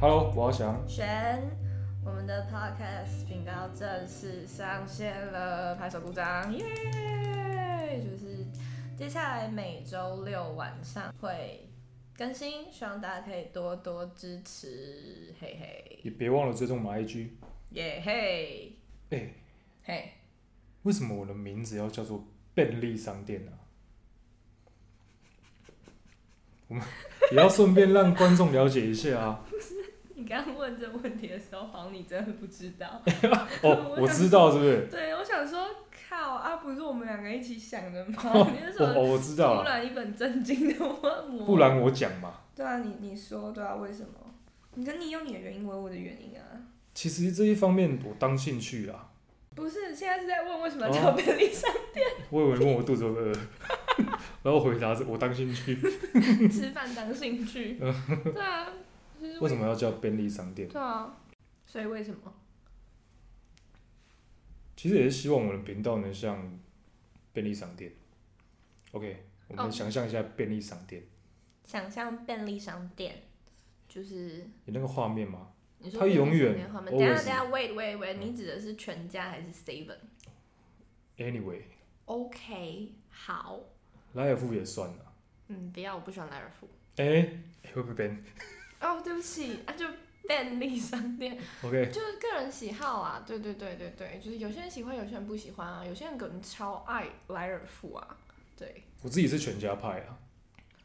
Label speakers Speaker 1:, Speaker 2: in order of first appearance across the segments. Speaker 1: 翱翔，
Speaker 2: 璇，我们的 podcast 频道正式上线了，拍手鼓掌，耶！就是接下来每周六晚上会更新，希望大家可以多多支持，嘿嘿，
Speaker 1: 也别忘了追踪我们 IG。
Speaker 2: 耶嘿，
Speaker 1: 哎、
Speaker 2: 嘿，
Speaker 1: 为什么我的名字要叫做便利商店呢、我们也要顺便让观众了解一下 啊。
Speaker 2: 你刚刚问这问题的时候，好像你真的不知 道。
Speaker 1: 哦，我知道，是不是？
Speaker 2: 对，我想说，靠啊，不是我们两个一起想的吗？你是
Speaker 1: 我哦，
Speaker 2: 什么
Speaker 1: 我知道
Speaker 2: 突
Speaker 1: 了，
Speaker 2: 然一本正经的问我？
Speaker 1: 不然我讲嘛。
Speaker 2: 对啊，你你说对啊，为什么？你跟你有你的原因，我有我的原因啊。
Speaker 1: 其实这一方面我当兴趣啊啦。
Speaker 2: 不是，现在是在问为什么要
Speaker 1: 哦
Speaker 2: 叫便利商
Speaker 1: 我以为问我肚子饿不饿， 然后回答是我当兴 趣。
Speaker 2: 店吃饭当兴趣？ 对啊，就是
Speaker 1: 为什么？要叫便利商店？
Speaker 2: 对啊，所以为什么？
Speaker 1: 其实也是希望我们的频道能像便利商店。OK，我
Speaker 2: 哦
Speaker 1: 们想象一下便利商店，
Speaker 2: 想象便利商店，就是
Speaker 1: 有那个画面吗？
Speaker 2: 你说
Speaker 1: 它永远
Speaker 2: 便利商店的话吗等一下
Speaker 1: always
Speaker 2: 等一下，wait wait wait，你指的是全家还是 seven？OK，、
Speaker 1: Anyway，
Speaker 2: OK，好，
Speaker 1: 莱尔富也算了。
Speaker 2: 嗯，不要，我不喜欢莱尔富。
Speaker 1: 哎、哎会不会 ban
Speaker 2: 哦，对不起，啊，就便利商店。
Speaker 1: ？OK，
Speaker 2: 就是个人喜好啊，对对对对对，就是有些人喜欢，有些人不喜欢啊，有些人可能超爱莱尔富啊，对。
Speaker 1: 我自己是全家派啊。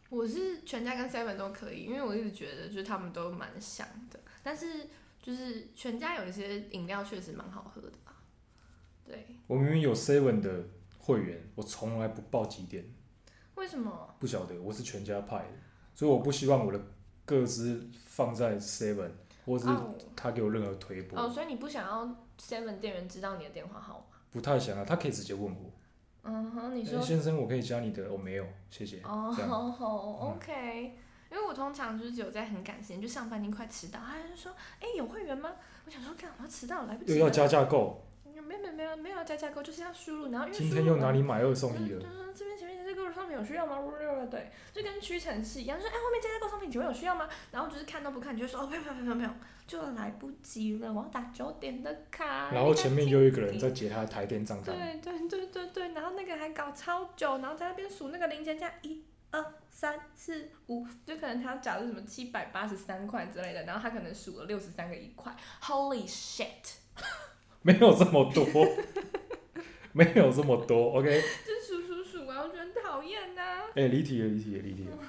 Speaker 2: 我是全家跟 seven 都可以，因为我一直觉得就是他们都蛮像的，但是就是全家有一些饮料确实蛮好喝的啊，对，
Speaker 1: 我明明有 Seven 的会员，我从来不报几点，
Speaker 2: 为什么？
Speaker 1: 不晓得我是全家派的，所以我不希望我的个资放在 Seven，或是
Speaker 2: 哦
Speaker 1: 他给我任何推波，
Speaker 2: 哦，所以你不想要 seven 店员知道你的电话号码？
Speaker 1: 不太想啊。他可以直接问我，
Speaker 2: 嗯哼，你
Speaker 1: 哎
Speaker 2: 说
Speaker 1: 先生，我可以加你的？我、哦没有，谢谢。这 样嗯
Speaker 2: 哦、o k 哦因为我通常就是只有在很赶时间，就上班已经快迟到，他就说：“哎、有会员吗？”我想说，干嘛迟到来不及
Speaker 1: 又
Speaker 2: 了。
Speaker 1: 要加价购，
Speaker 2: 没有没有没有没有要加价购，就是要输入，然后因为
Speaker 1: 今
Speaker 2: 输
Speaker 1: 天
Speaker 2: 入
Speaker 1: 又
Speaker 2: 完
Speaker 1: 哪里买二送一
Speaker 2: 对
Speaker 1: 了？
Speaker 2: 就是这边前面加价购商品有需要吗？对，就跟屈臣氏一样，就是哎，后面加价购商品请问有需要吗？然后就是看都不看，你就说哦，不用不用不用不用，就来不及了，我要打九点的卡。
Speaker 1: 然后前面又一个人
Speaker 2: 在。
Speaker 1: 在结他的台电账单，
Speaker 2: 对对对对对，然后那个还搞超久，然后在那边数那个零钱价一。二三四五，就可能他假如什么七百八十三块之类的，然后他可能数了六十三个一块，Holy shit！
Speaker 1: 没有这么多，没有这么多。OK，
Speaker 2: 就数数数啊，我觉得很讨厌啊呐、
Speaker 1: 哎、离题了，离题了，离题了。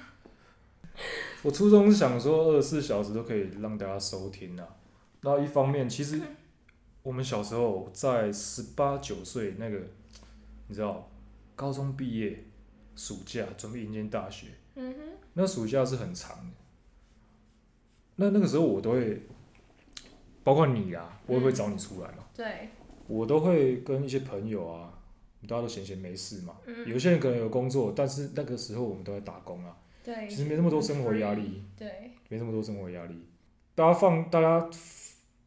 Speaker 1: 我初衷是想说，二十四小时都可以让大家收听啊。那一方面，其实我们小时候在十八九岁那个，你知道，高中毕业，暑假准备迎接大学，
Speaker 2: 嗯哼，
Speaker 1: 那暑假是很长的。那那个时候我都会，包括你啊，我也
Speaker 2: 嗯
Speaker 1: 会找你出来嘛。
Speaker 2: 对，
Speaker 1: 我都会跟一些朋友啊，大家都闲闲没事嘛。
Speaker 2: 嗯
Speaker 1: 有些人可能有工作，但是那个时候我们都在打工啊，
Speaker 2: 对，嗯
Speaker 1: 其实没那么多生活压力，
Speaker 2: 对，
Speaker 1: 没那么多生活压力。大家放大家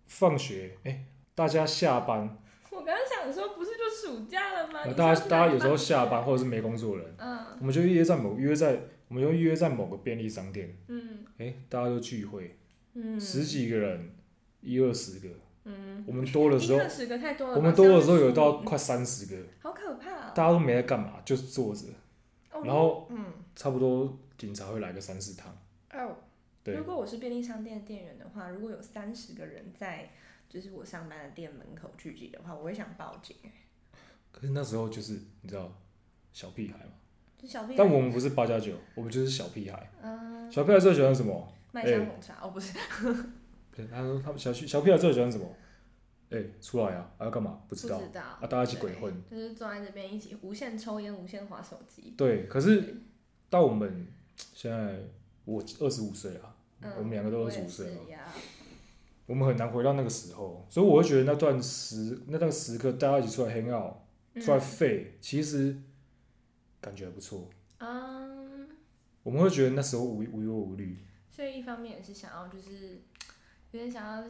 Speaker 1: 放学，哎、大家下班，
Speaker 2: 我刚刚想说，不是就暑假了吗？
Speaker 1: 呃
Speaker 2: 啊你
Speaker 1: 大家
Speaker 2: 是不是
Speaker 1: 大家
Speaker 2: 还
Speaker 1: 有时候
Speaker 2: 放
Speaker 1: 下
Speaker 2: 学
Speaker 1: 班，或者是没工作的人，
Speaker 2: 嗯
Speaker 1: 我们就约在某约在我们就约在某个便利商店，
Speaker 2: 嗯
Speaker 1: 哎、大家就聚会，
Speaker 2: 嗯，
Speaker 1: 十几个人，一二十个，
Speaker 2: 嗯，
Speaker 1: 我们多的时候
Speaker 2: 一，二十个太多了吧，
Speaker 1: 我们多的
Speaker 2: 像
Speaker 1: 时候有
Speaker 2: 树
Speaker 1: 到
Speaker 2: 林
Speaker 1: 快三十个，
Speaker 2: 好可怕啊、
Speaker 1: 大家都没在干嘛，就是坐着。
Speaker 2: 哦
Speaker 1: 然后
Speaker 2: 嗯。
Speaker 1: 差不多警察会来个三四趟。
Speaker 2: 哦，
Speaker 1: 对
Speaker 2: 如果我是便利商店的店员的话，如果有三十个人在就是我上班的店门口聚集的话，我会想报警。
Speaker 1: 可是那时候就是你知道小屁孩嘛，
Speaker 2: 就小屁孩，
Speaker 1: 但我们不是八加九，我们就是小屁孩。
Speaker 2: 嗯、
Speaker 1: 小屁孩最喜欢什么？
Speaker 2: 卖香红茶、哦，不
Speaker 1: 哎
Speaker 2: 是，
Speaker 1: 对，他说他们小屁小屁孩最喜欢什么？哎、出来啊，啊要干嘛？不
Speaker 2: 不
Speaker 1: 知道
Speaker 2: 知道
Speaker 1: 啊，大家一起鬼混。
Speaker 2: 对就是坐在这边一起无限抽烟、无限划手机。
Speaker 1: 对，可是到我们现在我二十五岁啊，
Speaker 2: 嗯，
Speaker 1: 我们两个都
Speaker 2: 我
Speaker 1: 二十
Speaker 2: 也
Speaker 1: 五岁了
Speaker 2: 是，呀。
Speaker 1: 我们很难回到那个时候，所以我会觉得那段时那段时刻大家一起出来 hang out，出
Speaker 2: 嗯
Speaker 1: 来废，其实感觉还不错。
Speaker 2: 嗯，嗯
Speaker 1: 我们会觉得那时候无无忧无虑，
Speaker 2: 所以一方面也是想要，就是有点想要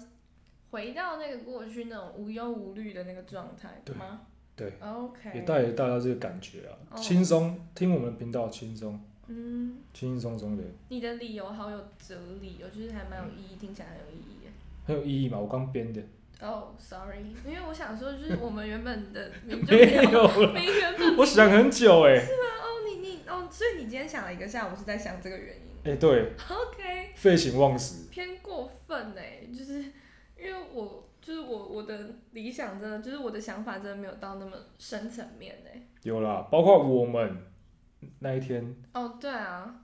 Speaker 2: 回到那个过去那种无忧无虑的那个状态
Speaker 1: 对
Speaker 2: 吗？
Speaker 1: 对
Speaker 2: ，OK，
Speaker 1: 也带给大家这个感觉啊，
Speaker 2: 哦
Speaker 1: 轻松，听我们的频道轻松，
Speaker 2: 嗯。
Speaker 1: 轻轻松松的。
Speaker 2: 你的理由好有哲理哦，就是还蛮有意义，听起来很有意义耶。
Speaker 1: 很有意义嘛，我刚编的，
Speaker 2: 哦、s o r r y 因为我想说，就是我们原本的名就
Speaker 1: 没
Speaker 2: 没有，
Speaker 1: 有了，
Speaker 2: 没原本
Speaker 1: 我想很久哎、欸，
Speaker 2: 哦，你你哦，所以你今天想了一个下午是在想这个原因
Speaker 1: 哎、对，
Speaker 2: ，OK，
Speaker 1: 废寝忘食，
Speaker 2: 偏过分哎、就是因为我就是我我的理想真的就是我的想法真的没有到那么深层面哎、
Speaker 1: 有啦，包括我们那一天，
Speaker 2: 哦，对啊，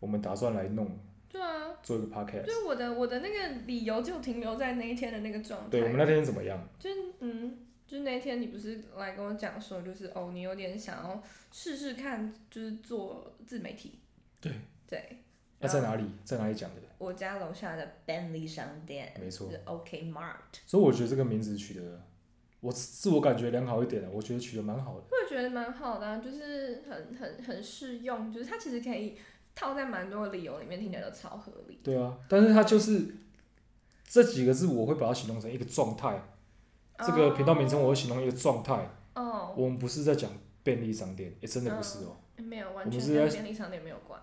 Speaker 1: 我们打算来弄
Speaker 2: 对啊，
Speaker 1: 做一个 podcast，
Speaker 2: 就是我的我的那个理由就停留在那一天的那个状态，
Speaker 1: 对我们那天怎么样？啊
Speaker 2: 就是嗯，就是那天你不是来跟我讲说，就是哦，你有点想要试试看，就是做自媒体。
Speaker 1: 对
Speaker 2: 对，
Speaker 1: 那、在哪里，在哪里讲的？
Speaker 2: 我家楼下的便利商店
Speaker 1: 没错，
Speaker 2: 是 OK Mart，
Speaker 1: 所以我觉得这个名字取得，我自我感觉良好一点了，啊我觉得取得蛮好的。
Speaker 2: 我也觉得蛮好的、啊，就是很很很适用，就是它其实可以套在蛮多的理由里面，听起来都超合理。
Speaker 1: 对啊，但是它就是这几个字，我会把它形容成一个状态。这个频道名称我会形容一个状态。
Speaker 2: 哦，嗯
Speaker 1: 我们不是在讲便利商店，也真的不是哦。
Speaker 2: 没有，
Speaker 1: 我
Speaker 2: 完
Speaker 1: 们
Speaker 2: 全
Speaker 1: 是
Speaker 2: 跟
Speaker 1: 在
Speaker 2: 便利商店没有关。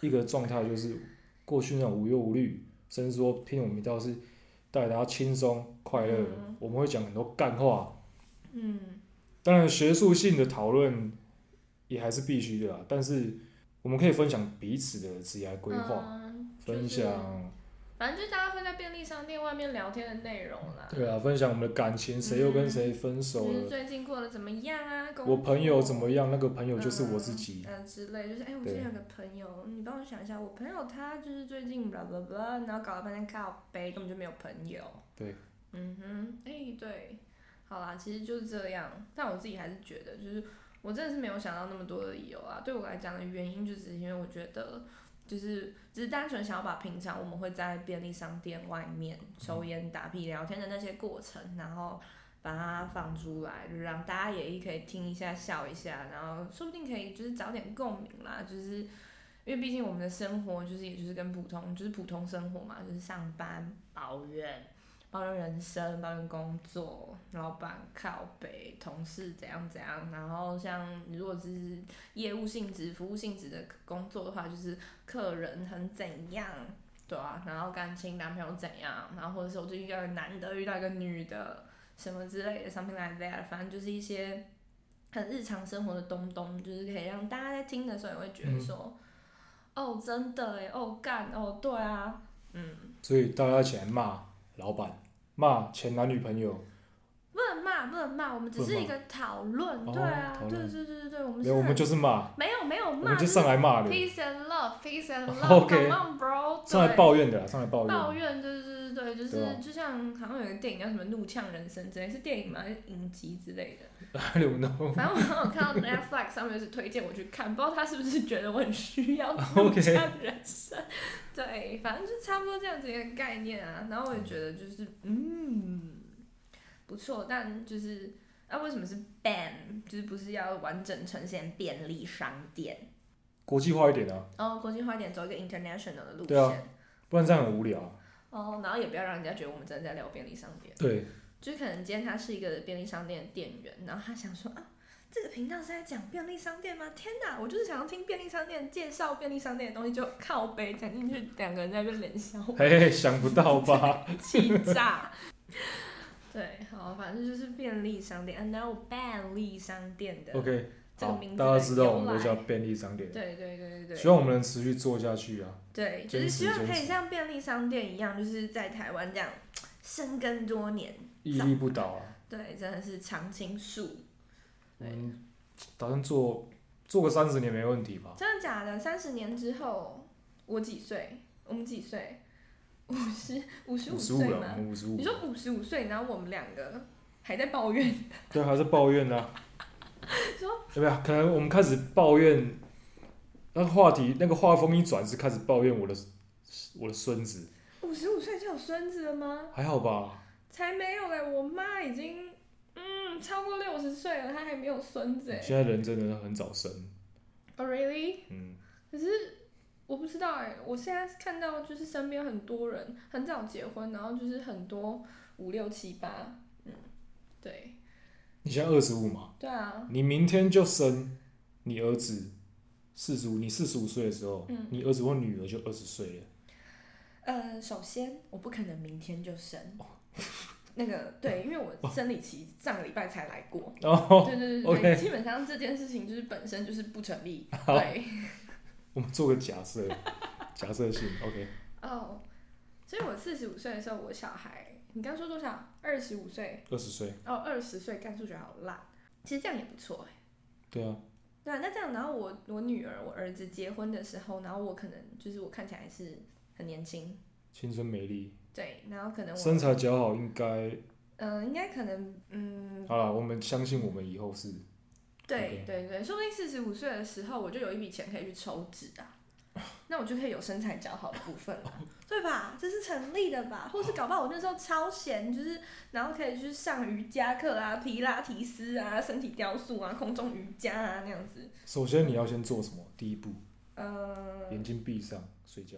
Speaker 1: 一个状态就是过去那种无忧无虑，甚至说听我们频道是带大家轻松快乐。
Speaker 2: 嗯
Speaker 1: 我们会讲很多干话，
Speaker 2: 嗯，
Speaker 1: 当然学术性的讨论也还是必须的啦。但是我们可以分享彼此的职业规划，
Speaker 2: 嗯
Speaker 1: 分
Speaker 2: 就是
Speaker 1: 享。
Speaker 2: 反正就是大家会在便利商店外面聊天的内容啦。
Speaker 1: 对啊，分享我们的感情，谁又跟
Speaker 2: 嗯
Speaker 1: 谁分手
Speaker 2: 就是
Speaker 1: 了？
Speaker 2: 最近过得怎么样啊？工
Speaker 1: 我朋友怎么
Speaker 2: 作
Speaker 1: 样？那个朋友就是我自己。
Speaker 2: 嗯、之类，就是哎、我
Speaker 1: 对
Speaker 2: 之前有个朋友，你帮我想一下，我朋友他就是最近 blah blah blah，然后搞了半天靠背，根本就没有朋友。
Speaker 1: 对，
Speaker 2: 嗯哼，哎、对，好啦，其实就是这样。但我自己还是觉得，就是我真的是没有想到那么多的理由啊。对我来讲的原因，就只是因为我觉得。就是只是单纯想要把平常我们会在便利商店外面抽烟、打屁、聊天的那些过程，然后把它放出来，就让大家也可以听一下、笑一下，然后说不定可以就是找点共鸣啦。就是因为毕竟我们的生活就是也就是跟普通就是普通生活嘛，就是上班、抱怨、抱怨人生、抱怨工作、老板靠北、同事怎样怎样。然后像如果是业务性质、服务性质的工作的话，就是客人很怎样。对啊，然后感情男朋友怎样，然后或者是我最近遇到一个男的，遇到一个女的，什么之类的，something like that，反正就是一些很日常生活的东东，就是可以让大家在听的时候也会觉得说，哦，真的哎，哦干，哦对啊，嗯，
Speaker 1: 所以大家一起来骂老板，骂前男女朋友，
Speaker 2: 不能骂，不能骂，我们只
Speaker 1: 不能
Speaker 2: 是
Speaker 1: 骂
Speaker 2: 一个讨论，
Speaker 1: 哦
Speaker 2: 对啊
Speaker 1: 讨，
Speaker 2: 对
Speaker 1: 论
Speaker 2: 对对对对，我们
Speaker 1: 没
Speaker 2: 是
Speaker 1: 有，我们
Speaker 2: 很
Speaker 1: 就是骂，
Speaker 2: 没有没有
Speaker 1: 我
Speaker 2: 骂，
Speaker 1: 们就是上来骂的，
Speaker 2: peace and love，peace and
Speaker 1: OK
Speaker 2: love，come on bro，
Speaker 1: 上来
Speaker 2: 对
Speaker 1: 抱怨的啦，上来抱
Speaker 2: 抱
Speaker 1: 怨。
Speaker 2: 怨，对对对对，就是
Speaker 1: 对啊
Speaker 2: 就像好像有个电影叫什么《怒呛人生》之类，是电影吗？还是影集之类的？
Speaker 1: 哪里有那 么
Speaker 2: 反正我好像有看到 Netflix 上面是推荐我去看，不知道他是不是觉得我很需 要
Speaker 1: OK
Speaker 2: 这样人生。对，反正就差不多这样子一个概念啊。然后我也觉得就是嗯不错，但就是啊，为什么是 ban？就是不是要完整呈现便利商店？
Speaker 1: 国际化一点啊？
Speaker 2: 然后国际化一点，走一个 international 的路
Speaker 1: 对
Speaker 2: 线。
Speaker 1: 啊不然这样很无聊啊。
Speaker 2: 哦，然后也不要让人家觉得我们真的在聊便利商店。
Speaker 1: 对，
Speaker 2: 就是可能今天他是一个便利商店的店员，然后他想说啊，这个频道是在讲便利商店吗？天哪，我就是想要听便利商店介绍便利商店的东西，就靠背讲进去，两个人在那边冷笑，
Speaker 1: 嘿嘿，想不到 吧？
Speaker 2: 气炸。 对，好，反正就是便利商店，and now 便利商店的
Speaker 1: OK，
Speaker 2: 这个
Speaker 1: 好
Speaker 2: 名，字
Speaker 1: 大家知道
Speaker 2: 的
Speaker 1: 我们
Speaker 2: 由
Speaker 1: 都叫
Speaker 2: 来
Speaker 1: 便利商店，
Speaker 2: 对对对对
Speaker 1: 希
Speaker 2: 对，
Speaker 1: 望我们能持续做下去啊。
Speaker 2: 对，就
Speaker 1: 坚
Speaker 2: 是
Speaker 1: 持
Speaker 2: 希望可
Speaker 1: 坚
Speaker 2: 以
Speaker 1: 持
Speaker 2: 像便利商店一样，就是在台湾这样深耕多年。
Speaker 1: 屹立不倒啊！
Speaker 2: 对，真的是常青树。
Speaker 1: 我
Speaker 2: 对。
Speaker 1: 们打算做做个三十年没问题吧？
Speaker 2: 真的假的？三十年之后，我几岁？我们几岁？五十五十
Speaker 1: 五十五
Speaker 2: 岁
Speaker 1: 了，我
Speaker 2: 吗？
Speaker 1: 们五十五
Speaker 2: 你，说五十五岁，然后我们两个还在抱怨，
Speaker 1: 对，还是抱怨啊。
Speaker 2: 说
Speaker 1: 对吧？可能我们开始抱怨，那个话题那个话锋一转是开始抱怨我的我的孙子，
Speaker 2: 五十五岁就有孙子了吗？
Speaker 1: 还好吧？
Speaker 2: 才没有嘞！我妈已经嗯超过六十岁了，她还没有孙子哎。
Speaker 1: 现在人真的很早生，
Speaker 2: Oh really？
Speaker 1: 嗯，
Speaker 2: 可是我不知道哎、我现在看到就是身边很多人很早结婚，然后就是很多五六七八，嗯，对
Speaker 1: 你现在二十五嘛，
Speaker 2: 对啊，
Speaker 1: 你明天就生你儿子四十五，你四十五岁的时候，
Speaker 2: 嗯
Speaker 1: 你儿子或女儿就二十岁了，
Speaker 2: 呃，首先我不可能明天就生。那个对，因为我生理期上个礼拜才来过，
Speaker 1: 哦，
Speaker 2: 对对对对
Speaker 1: OK
Speaker 2: 基本上这件事情就是本身就是不成立。
Speaker 1: 好
Speaker 2: 对，
Speaker 1: 我们做个假设，假设性，OK，
Speaker 2: 哦，所以我四十五岁的时候，我小孩，你刚说多少？二十五岁
Speaker 1: 二十岁，
Speaker 2: 哦，二十岁，干数学好烂。其实这样也不错哎。
Speaker 1: 对啊，
Speaker 2: 对啊，那这样，然后我我女儿我儿子结婚的时候，然后我可能就是我看起来是很年轻，
Speaker 1: 青春美丽，
Speaker 2: 对，然后可能
Speaker 1: 身
Speaker 2: 我
Speaker 1: 材姣好，应该
Speaker 2: 嗯、应该可能嗯，
Speaker 1: 好了，我们相信我们以后是
Speaker 2: 对
Speaker 1: OK
Speaker 2: 对对，说不定四十五岁的时候，我就有一笔钱可以去抽脂啊， 那我就可以有身材较好的部分了、 对吧？这是成立的吧？或是搞不好我那时候超闲，就是然后可以去上瑜伽课啊、皮拉提斯啊、身体雕塑啊、空中瑜伽啊那样子。
Speaker 1: 首先你要先做什么？第一步，
Speaker 2: 嗯、
Speaker 1: 眼睛闭上睡觉。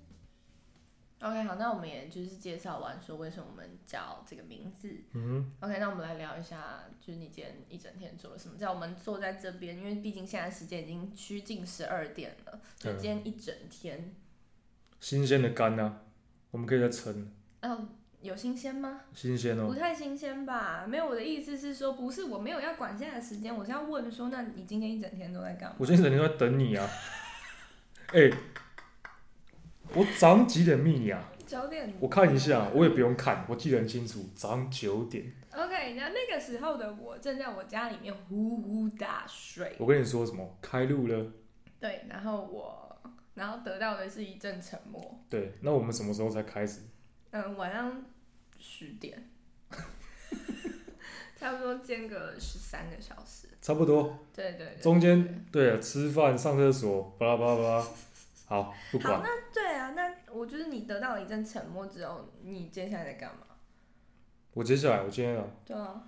Speaker 2: o k 好，那我们也就是介绍完说为什么我们叫这个名字，
Speaker 1: 嗯
Speaker 2: OK，那我们来聊一下，就是你今天一整天做了什么？在我们坐在这边，因为毕竟现在时间已经趋近十二点了，所以
Speaker 1: 对
Speaker 2: 今天一整天，
Speaker 1: 哼，新鲜的肝啊，我们可以再称
Speaker 2: 嗯、有新鲜吗？
Speaker 1: 新鲜
Speaker 2: 不
Speaker 1: 哦。
Speaker 2: 太新鲜吧？没有，我的意思是说，不是我没有要管现在的时间，我是要问说，那你今天一整天都在干嘛？
Speaker 1: 我今天整天都在等你啊。 哎、我早上几点密你啊？
Speaker 2: 九点，
Speaker 1: 我看一下，我也不用看，我记得很清楚，早上九点。
Speaker 2: OK，那那个时候的我正在我家里面呼呼大睡，
Speaker 1: 我跟你说什么？开路了。
Speaker 2: 对，然后我，然后得到的是一阵沉默。
Speaker 1: 对，那我们什么时候才开始？
Speaker 2: 嗯，晚上十点， 差不多间隔了十三个小时。
Speaker 1: 差不多，
Speaker 2: 对对对，
Speaker 1: 中间
Speaker 2: 对
Speaker 1: 对，啊吃饭、上厕所，巴拉巴拉巴拉。好，不管
Speaker 2: 好，对啊，那我就是你得到了一阵沉默之后，你接下来在干嘛？
Speaker 1: 我接下来，我今天啊，
Speaker 2: 对啊，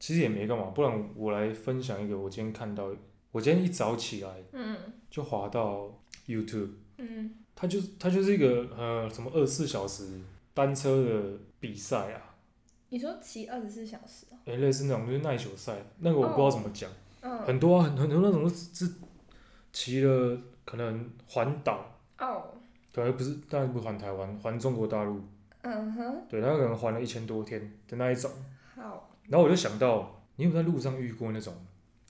Speaker 1: 其实也没干嘛，不然我来分享一个我今天看到，我今天一早起来
Speaker 2: 嗯
Speaker 1: 就滑到 YouTube，
Speaker 2: 嗯
Speaker 1: 它就是它就是一个呃什么二十四小时单车的比赛啊，
Speaker 2: 你说骑二十四小时哦、
Speaker 1: 诶、类似那种就是耐久赛，那个我不知道怎么讲，
Speaker 2: 嗯
Speaker 1: 很多啊，很很多那种是是骑了可能环岛，
Speaker 2: 哦，
Speaker 1: 可能不是，当然不是环台湾，环中国大陆，
Speaker 2: 嗯哼，
Speaker 1: 对，他可能环了一千多天的那一种，
Speaker 2: 好，
Speaker 1: 然后我就想到，你有没有在路上遇过那种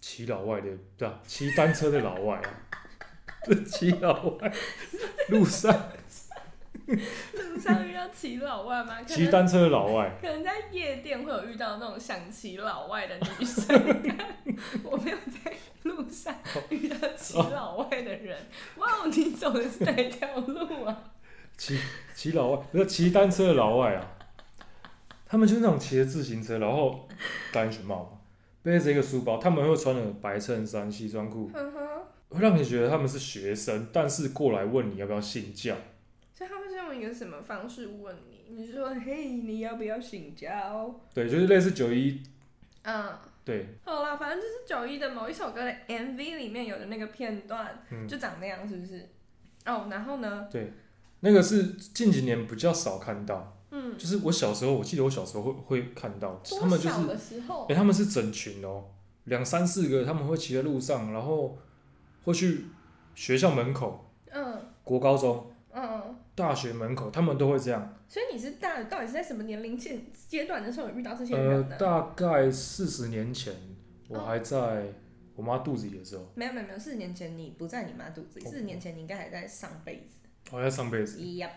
Speaker 1: 骑老外的，对啊，骑单车的老外啊？ 骑老外，路上
Speaker 2: 路 上遇到骑老外吗？可
Speaker 1: 骑
Speaker 2: 能
Speaker 1: 单车的老外，
Speaker 2: 可能在夜店会有遇到那种想骑老外的女生，我没有在路上遇到骑老外的人。哇，你走的是哪一条路啊？
Speaker 1: 骑骑老外，不是骑单车的老外啊。他们就是那种骑着自行车，然后戴安全帽嘛，背着一个书包，他们会穿着白衬衫、西装裤，
Speaker 2: 呵呵，
Speaker 1: 会让你觉得他们是学生，但是过来问你要不要信教。
Speaker 2: 所以他们是用一个什么方式问你？你是说，嘿，你要不要请假哦？
Speaker 1: 对，就是类似九一，
Speaker 2: 嗯，
Speaker 1: 对，
Speaker 2: 好啦，反正就是九一的某一首歌的 MV 里面有的那个片段，
Speaker 1: 嗯，
Speaker 2: 就长那样，是不是？哦，然后呢？
Speaker 1: 那个是近几年比较少看到，
Speaker 2: 嗯，
Speaker 1: 就是我小时候，我记得我小时候会会看到，他
Speaker 2: 多
Speaker 1: 们就是，
Speaker 2: 小
Speaker 1: 哎、
Speaker 2: 的时候？
Speaker 1: 他们是整群哦，两三四个，他们会骑在路上，然后会去学校门口、
Speaker 2: 嗯
Speaker 1: 国高中、
Speaker 2: 嗯。
Speaker 1: 大学门口，他们都会这样。
Speaker 2: 所以你是大到底是在什么年龄阶阶段的时候有遇到这些
Speaker 1: 呃
Speaker 2: 人，呢？
Speaker 1: 大概四十年前，我
Speaker 2: 哦
Speaker 1: 还在我妈肚子里的时候，
Speaker 2: 没有没有没有，四十年前你不在你妈肚子里，
Speaker 1: 哦
Speaker 2: 四十年前你应该还在上辈子。
Speaker 1: 我还在上辈子，
Speaker 2: 一样，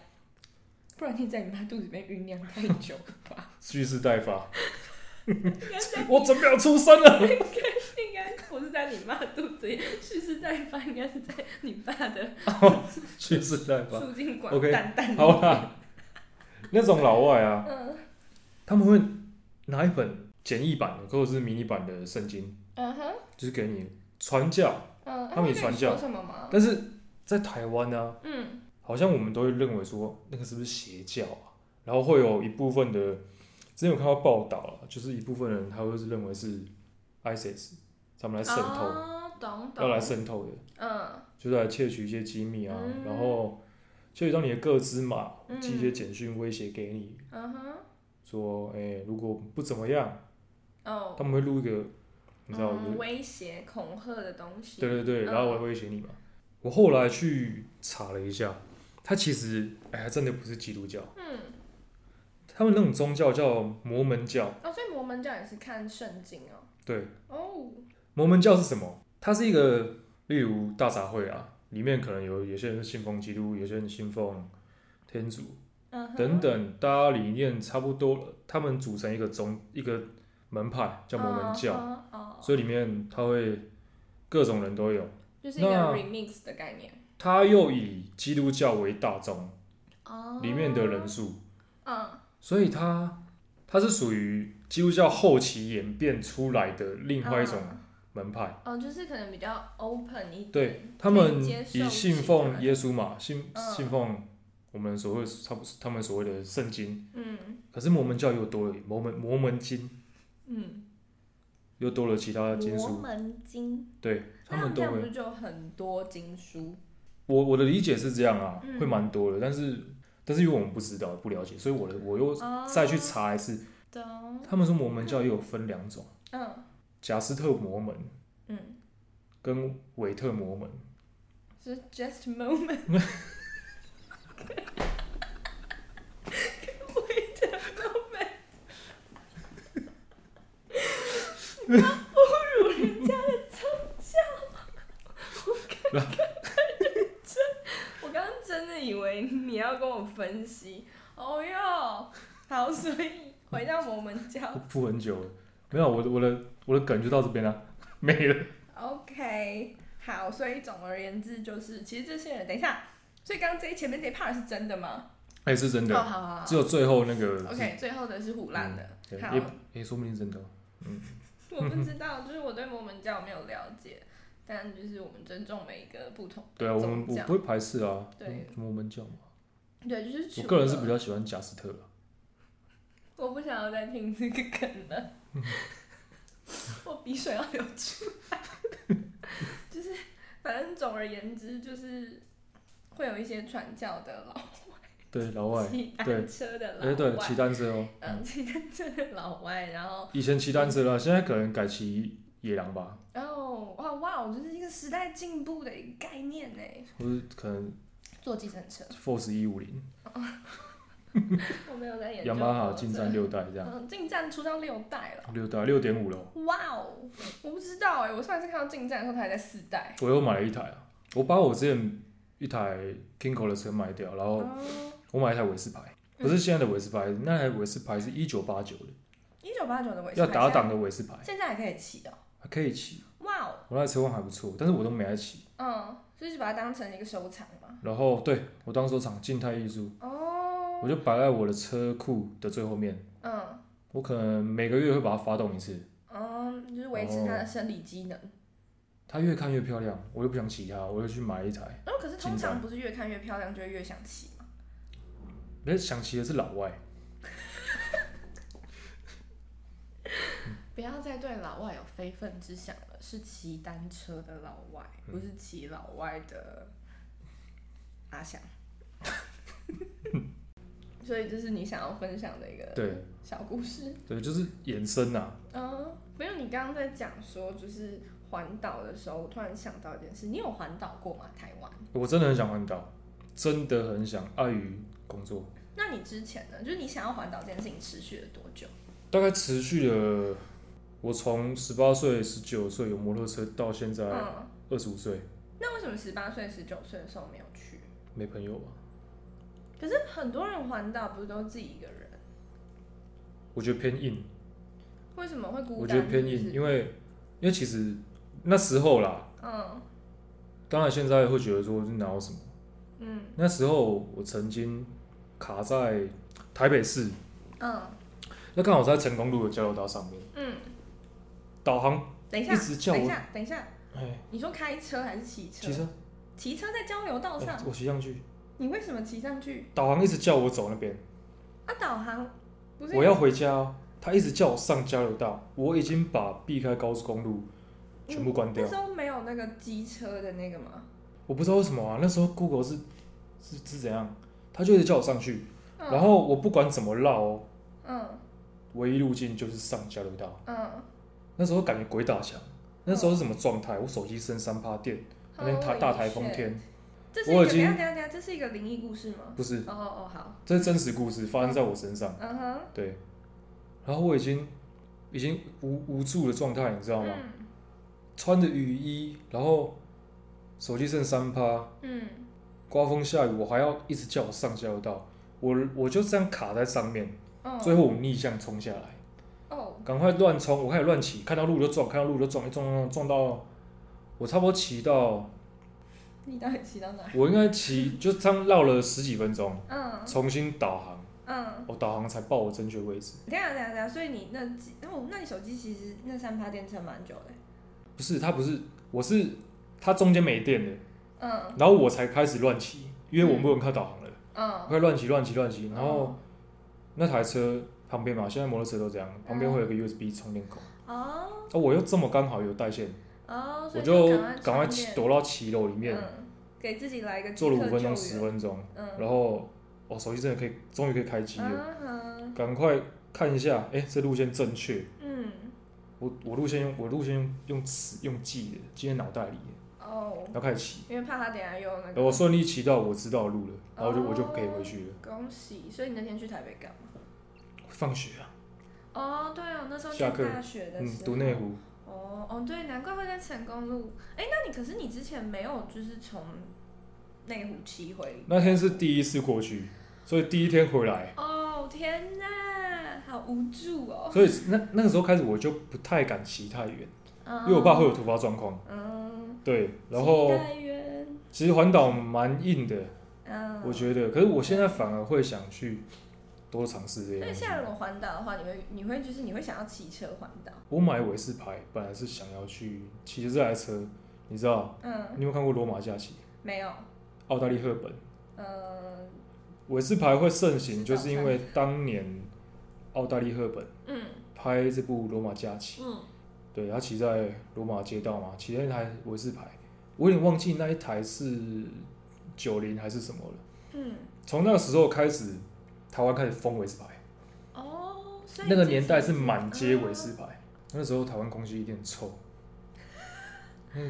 Speaker 2: 不然你在你妈肚子里面酝酿太久了吧？
Speaker 1: 蓄势待发。
Speaker 2: 应该在
Speaker 1: 我准备要出生了，
Speaker 2: 应该不是在你妈肚子里，蓄势待发，应该是在你爸的
Speaker 1: 蓄势待发。
Speaker 2: 输精 管
Speaker 1: OK，
Speaker 2: 蛋蛋里。
Speaker 1: 好啦，那种老外啊，
Speaker 2: 嗯
Speaker 1: 他们会拿一本简易版的或者是迷你版的圣经。
Speaker 2: 嗯哼
Speaker 1: 就是给你传教，
Speaker 2: 嗯，啊
Speaker 1: 他们也
Speaker 2: 那
Speaker 1: 传
Speaker 2: 你
Speaker 1: 教
Speaker 2: 说什么吗？
Speaker 1: 但是在台湾呢、
Speaker 2: 嗯
Speaker 1: 好像我们都会认为说那个是不是邪教啊？然后会有一部分的，之前有看到报道啊，就是一部分人他会是认为是 ISIS 他们来渗透，
Speaker 2: 哦，懂懂，
Speaker 1: 要来渗透的，
Speaker 2: 嗯
Speaker 1: 就是来窃取一些机密啊，
Speaker 2: 嗯
Speaker 1: 然后窃取到你的个资嘛，
Speaker 2: 嗯
Speaker 1: 寄一些简讯威胁给你，
Speaker 2: 嗯哼，
Speaker 1: 说，哎、如果不怎么样，
Speaker 2: 哦，
Speaker 1: 他们会录一个，你知道，就是
Speaker 2: 嗯、威胁恐吓的东西，
Speaker 1: 对对对，
Speaker 2: 嗯
Speaker 1: 然后我会威胁你嘛。我后来去查了一下，他其实哎，还真的不是基督教，
Speaker 2: 嗯，
Speaker 1: 他们那种宗教叫摩门教。
Speaker 2: 哦，所以摩门教也是看圣经哦，
Speaker 1: 对，
Speaker 2: 哦，
Speaker 1: 摩门教是什么？它是一个，例如大杂烩啊，里面可能有有些人是信奉基督，有些人信奉天主
Speaker 2: 嗯哼，
Speaker 1: 等等，大家理念差不多了，他们组成一个宗一个门派叫摩门教，
Speaker 2: 嗯哼哦，
Speaker 1: 所以里面它会各种人都有。
Speaker 2: 就是一个
Speaker 1: 那
Speaker 2: remix 的概念，
Speaker 1: 它又以基督教为大宗，
Speaker 2: 哦，
Speaker 1: 里面的人，数。
Speaker 2: 嗯
Speaker 1: 所以它它是属于基督教后期演变出来的另外一种
Speaker 2: 嗯
Speaker 1: 门派。
Speaker 2: 哦，就是可能比较 open 一点，
Speaker 1: 对他们
Speaker 2: 接受
Speaker 1: 以信
Speaker 2: 起
Speaker 1: 奉
Speaker 2: 来
Speaker 1: 耶稣嘛，信
Speaker 2: 嗯
Speaker 1: 信奉我们所谓他他们所谓的圣经，
Speaker 2: 嗯
Speaker 1: 可是摩门教又多了摩门摩门经，
Speaker 2: 嗯，
Speaker 1: 又多了其他经
Speaker 2: 摩
Speaker 1: 书，
Speaker 2: 门经，
Speaker 1: 对嗯他
Speaker 2: 那
Speaker 1: 们都
Speaker 2: 这样不
Speaker 1: 会。
Speaker 2: 是就很多经书？
Speaker 1: 我我的理解是这样啊，
Speaker 2: 嗯
Speaker 1: 会蛮多的，但是但是因为我们不知道不了解，所以我的我又
Speaker 2: 哦
Speaker 1: 再去查一次，
Speaker 2: 懂，
Speaker 1: 他们说摩门教又有分两种，
Speaker 2: 嗯
Speaker 1: 贾斯特摩门
Speaker 2: 嗯，
Speaker 1: 跟韦特摩门。
Speaker 2: 是 just a moment。Wait a moment 你不要侮辱人家的宗教，我刚刚认真，我刚刚真的以为你要跟我分析。哦哟，好，所以回到摩门教
Speaker 1: 我铺很久了，没有我的我的我的梗就到这边了， 没了。
Speaker 2: OK，好，所以总而言之就是，其实这些人，等一下，所以刚刚这一前面这一 part 是真的吗？
Speaker 1: 哎、是真
Speaker 2: 哦，好
Speaker 1: 的，
Speaker 2: 好好
Speaker 1: 只有最后那个嗯
Speaker 2: OK，最后的是胡乱的。
Speaker 1: 对
Speaker 2: 好
Speaker 1: 也也说不定是真的哦。嗯
Speaker 2: 我不知道，就是我对摩门教没有了解，但就是我们尊重每一个不同。
Speaker 1: 对啊，我们
Speaker 2: 宗
Speaker 1: 我
Speaker 2: 教
Speaker 1: 不会排斥啊，嗯
Speaker 2: 对
Speaker 1: 摩门教嘛。
Speaker 2: 对，就是除
Speaker 1: 我
Speaker 2: 了
Speaker 1: 个人是比较喜欢贾斯特啦
Speaker 2: 我不想要再听这个梗 了，我鼻水要流出来。 就是，反正总而言之，就是会有一些传教的老
Speaker 1: 对老外，
Speaker 2: 骑
Speaker 1: 对
Speaker 2: 单车的
Speaker 1: 哎、
Speaker 2: 老
Speaker 1: 对，
Speaker 2: 外
Speaker 1: 骑，单车哦、嗯
Speaker 2: 嗯，骑单车的老外，然后，
Speaker 1: 以前骑单车啦，现在可能改骑野狼吧，
Speaker 2: 然后，哇哇，我就是一个时代进步的一个概念欸呢。
Speaker 1: 或是可能
Speaker 2: 坐计程车，
Speaker 1: Force 一五零、
Speaker 2: 我没有在研究
Speaker 1: 雅马哈
Speaker 2: 过
Speaker 1: 进
Speaker 2: 这
Speaker 1: 站六代这样，
Speaker 2: 嗯，进站出到六代了。
Speaker 1: 六代六点五了，
Speaker 2: 哇哦，我不知道哎、我上一次看到进站的时候，它还在四代。
Speaker 1: 我又买了一台啊，我把我之前一台 Kingo 的车卖掉，然后
Speaker 2: 哦，
Speaker 1: 我买一台韦斯牌，不是现在的韦斯牌，那台韦斯牌是一九八九的，
Speaker 2: 一九八九的尾
Speaker 1: 要打档，的韦斯牌，
Speaker 2: 现在还可以骑哦。
Speaker 1: 还可以骑。
Speaker 2: 哇哦，
Speaker 1: 我那台车况还不错，但是我都没来骑。
Speaker 2: 嗯，就是把它当成一个收藏嘛。
Speaker 1: 然后对我当收藏静态艺术，
Speaker 2: 哦，
Speaker 1: 我就摆在我的车库的最后面，
Speaker 2: 嗯
Speaker 1: 我可能每个月会把它发动一次。
Speaker 2: 嗯，就是维持它的生理机能。
Speaker 1: 它越看越漂亮，我又不想骑它，我就去买一台。
Speaker 2: 然后、可是
Speaker 1: 进
Speaker 2: 通常
Speaker 1: 站
Speaker 2: 不是越看越漂亮，就会越想骑嘛。
Speaker 1: 那想骑的是老外，
Speaker 2: 不要再对老外有非分之想了，是骑单车的老外，不是骑老外的阿 翔。所以这是你想要分享的一个
Speaker 1: 对
Speaker 2: 小故事。
Speaker 1: 对，就是衍生啊，
Speaker 2: 嗯，没有，你刚刚在讲说就是环岛的时候，我突然想到一件事，你有环岛过吗？台湾？
Speaker 1: 我真的很想环岛，真的很想，碍于工作，
Speaker 2: 那你之前呢？就是你想要环岛这件事情持续了多久？
Speaker 1: 大概持续了，我从十八岁、十九岁有摩托车到现在
Speaker 2: 嗯，
Speaker 1: 二十五岁，
Speaker 2: 那为什么十八岁、十九岁的时候没有去？
Speaker 1: 没朋友吧？
Speaker 2: 可是很多人环岛不是都自己一个人？
Speaker 1: 我觉得偏硬，
Speaker 2: 为什么会孤单？
Speaker 1: 我觉得偏
Speaker 2: 是不
Speaker 1: 硬，
Speaker 2: 是
Speaker 1: 因为因为其实那时候啦，
Speaker 2: 嗯
Speaker 1: 当然现在会觉得说是哪有什么，
Speaker 2: 嗯
Speaker 1: 那时候我曾经卡在台北市，
Speaker 2: 嗯
Speaker 1: 那刚好在成功路的交流道上面，
Speaker 2: 嗯，
Speaker 1: 导航
Speaker 2: 等一下
Speaker 1: 一，直叫
Speaker 2: 等一
Speaker 1: 我，
Speaker 2: 下，等一下，
Speaker 1: 哎，
Speaker 2: 你说开车还是骑车？
Speaker 1: 骑车，
Speaker 2: 骑车在交流道
Speaker 1: 哎
Speaker 2: 上，
Speaker 1: 我骑上去，
Speaker 2: 你为什么骑上去？
Speaker 1: 导航一直叫我走那边，
Speaker 2: 啊，导航不是
Speaker 1: 我要回家哦、他一直叫我上交流道，我已经把避开高速公路全部关掉
Speaker 2: 嗯那。时候没有那个机车的那个吗？
Speaker 1: 我不知道为什么啊，那时候 Google 是是是怎样，他就一直叫我上去，
Speaker 2: 嗯
Speaker 1: 然后我不管怎么绕哦，
Speaker 2: 嗯
Speaker 1: 唯一路径就是上交流道。
Speaker 2: 嗯，
Speaker 1: 那时候感觉鬼打墙，那时候是什么状态？我手机剩三趴电，那边大大台风
Speaker 2: Holy shit
Speaker 1: 天，
Speaker 2: 这是一
Speaker 1: 我
Speaker 2: 个
Speaker 1: 已
Speaker 2: 等
Speaker 1: 经
Speaker 2: 一下等一下等一下，这是一个灵异故事吗？
Speaker 1: 不是，
Speaker 2: 哦哦好，
Speaker 1: 这是真实故事，发生在我身上。
Speaker 2: 嗯哼，
Speaker 1: 对，然后我已经已经无无助的状态，你知道吗？
Speaker 2: 嗯
Speaker 1: 穿着雨衣，然后手机剩三趴，
Speaker 2: 嗯
Speaker 1: 刮风下雨，我还要一直叫我上交流道，我我就这样卡在上面，
Speaker 2: 哦
Speaker 1: 最后我逆向冲下来，
Speaker 2: 哦
Speaker 1: 赶快乱冲，我开始乱骑，看到路就撞，看到路就撞，一撞撞撞撞到我差不多骑到，
Speaker 2: 你到底骑到哪？
Speaker 1: 我应该骑就这样绕了十几分钟，
Speaker 2: 嗯
Speaker 1: 重新导航，
Speaker 2: 嗯，
Speaker 1: 我导航才报我正确位置，
Speaker 2: 等一下等一下等一下，所以你啊那几哦，那你手机其实那三趴电撑蛮久的，
Speaker 1: 不是它不是，我是它中间没电了。
Speaker 2: 嗯
Speaker 1: 然后我才开始乱骑，因为我不能看导航了，我
Speaker 2: 嗯，
Speaker 1: 开始乱骑乱骑乱骑。然后那台车旁边嘛，现在摩托车都这样，旁边会有一个 USB 充电孔，
Speaker 2: 哦
Speaker 1: 啊，我又这么刚好有带线，
Speaker 2: 哦，
Speaker 1: 我
Speaker 2: 所以
Speaker 1: 就赶
Speaker 2: 赶
Speaker 1: 快
Speaker 2: 快
Speaker 1: 骑
Speaker 2: 充
Speaker 1: 躲到骑楼里
Speaker 2: 电
Speaker 1: 面，
Speaker 2: 嗯，给自己来一个
Speaker 1: 坐了五
Speaker 2: 即刻
Speaker 1: 分
Speaker 2: 救
Speaker 1: 钟
Speaker 2: 援
Speaker 1: 十分钟，
Speaker 2: 嗯
Speaker 1: 然后我、哦、手机真的可以，终于可以开机了，
Speaker 2: 嗯哼
Speaker 1: 赶快看一下，哎，这路线正确，
Speaker 2: 嗯
Speaker 1: 我我路线用我路线用用词用记的，记在脑袋里，
Speaker 2: 哦，
Speaker 1: 然后开始骑，
Speaker 2: 因为怕他等一下又那
Speaker 1: 然
Speaker 2: 个
Speaker 1: 后我顺利骑到我知道的路了，然后就我就可以
Speaker 2: 嗯哦
Speaker 1: 回去了，
Speaker 2: 恭喜，所以你那天去台北干嘛？
Speaker 1: 放学啊，
Speaker 2: 哦，对哦，那时候
Speaker 1: 下课
Speaker 2: 念大学的时
Speaker 1: 嗯，
Speaker 2: 候，
Speaker 1: 读内湖。
Speaker 2: 哦哦，对，难怪会在成功路。哎，那你可是你之前没有就是从内湖骑回？
Speaker 1: 那天是第一次过去，所以第一天回来，
Speaker 2: 哦天哪，好无助哦。
Speaker 1: 所以那那个时候开始我就不太敢骑太远，
Speaker 2: 嗯
Speaker 1: 因为我怕会有突发状况。
Speaker 2: 嗯，
Speaker 1: 对，然后
Speaker 2: 期待远
Speaker 1: 其实环岛蛮硬的，
Speaker 2: 嗯，
Speaker 1: 我觉得，可是我现在反而会想去多尝试这些
Speaker 2: 因为
Speaker 1: 东西
Speaker 2: 现。在如果环岛的话，你会你会就是你会想要骑车环岛？
Speaker 1: 我买韦斯牌本来是想要去骑着这台车，你知道，
Speaker 2: 嗯，
Speaker 1: 你有没有看过《罗马假期》？
Speaker 2: 没有，
Speaker 1: 澳大利赫本
Speaker 2: 嗯
Speaker 1: 韦斯牌会盛行，
Speaker 2: 知道
Speaker 1: 就是因为当年澳大利赫本
Speaker 2: 嗯
Speaker 1: 拍这部《罗马假期》。
Speaker 2: 嗯
Speaker 1: 对，他骑在罗马街道嘛，骑在那台维斯牌，我有点忘记那一台是九零还是什么了。
Speaker 2: 嗯，
Speaker 1: 从那个时候开始，台湾开始封维斯牌，
Speaker 2: 哦，所以
Speaker 1: 那个
Speaker 2: 之前
Speaker 1: 年代是满街
Speaker 2: 啊
Speaker 1: 维斯牌。那时候台湾空气一点臭，那个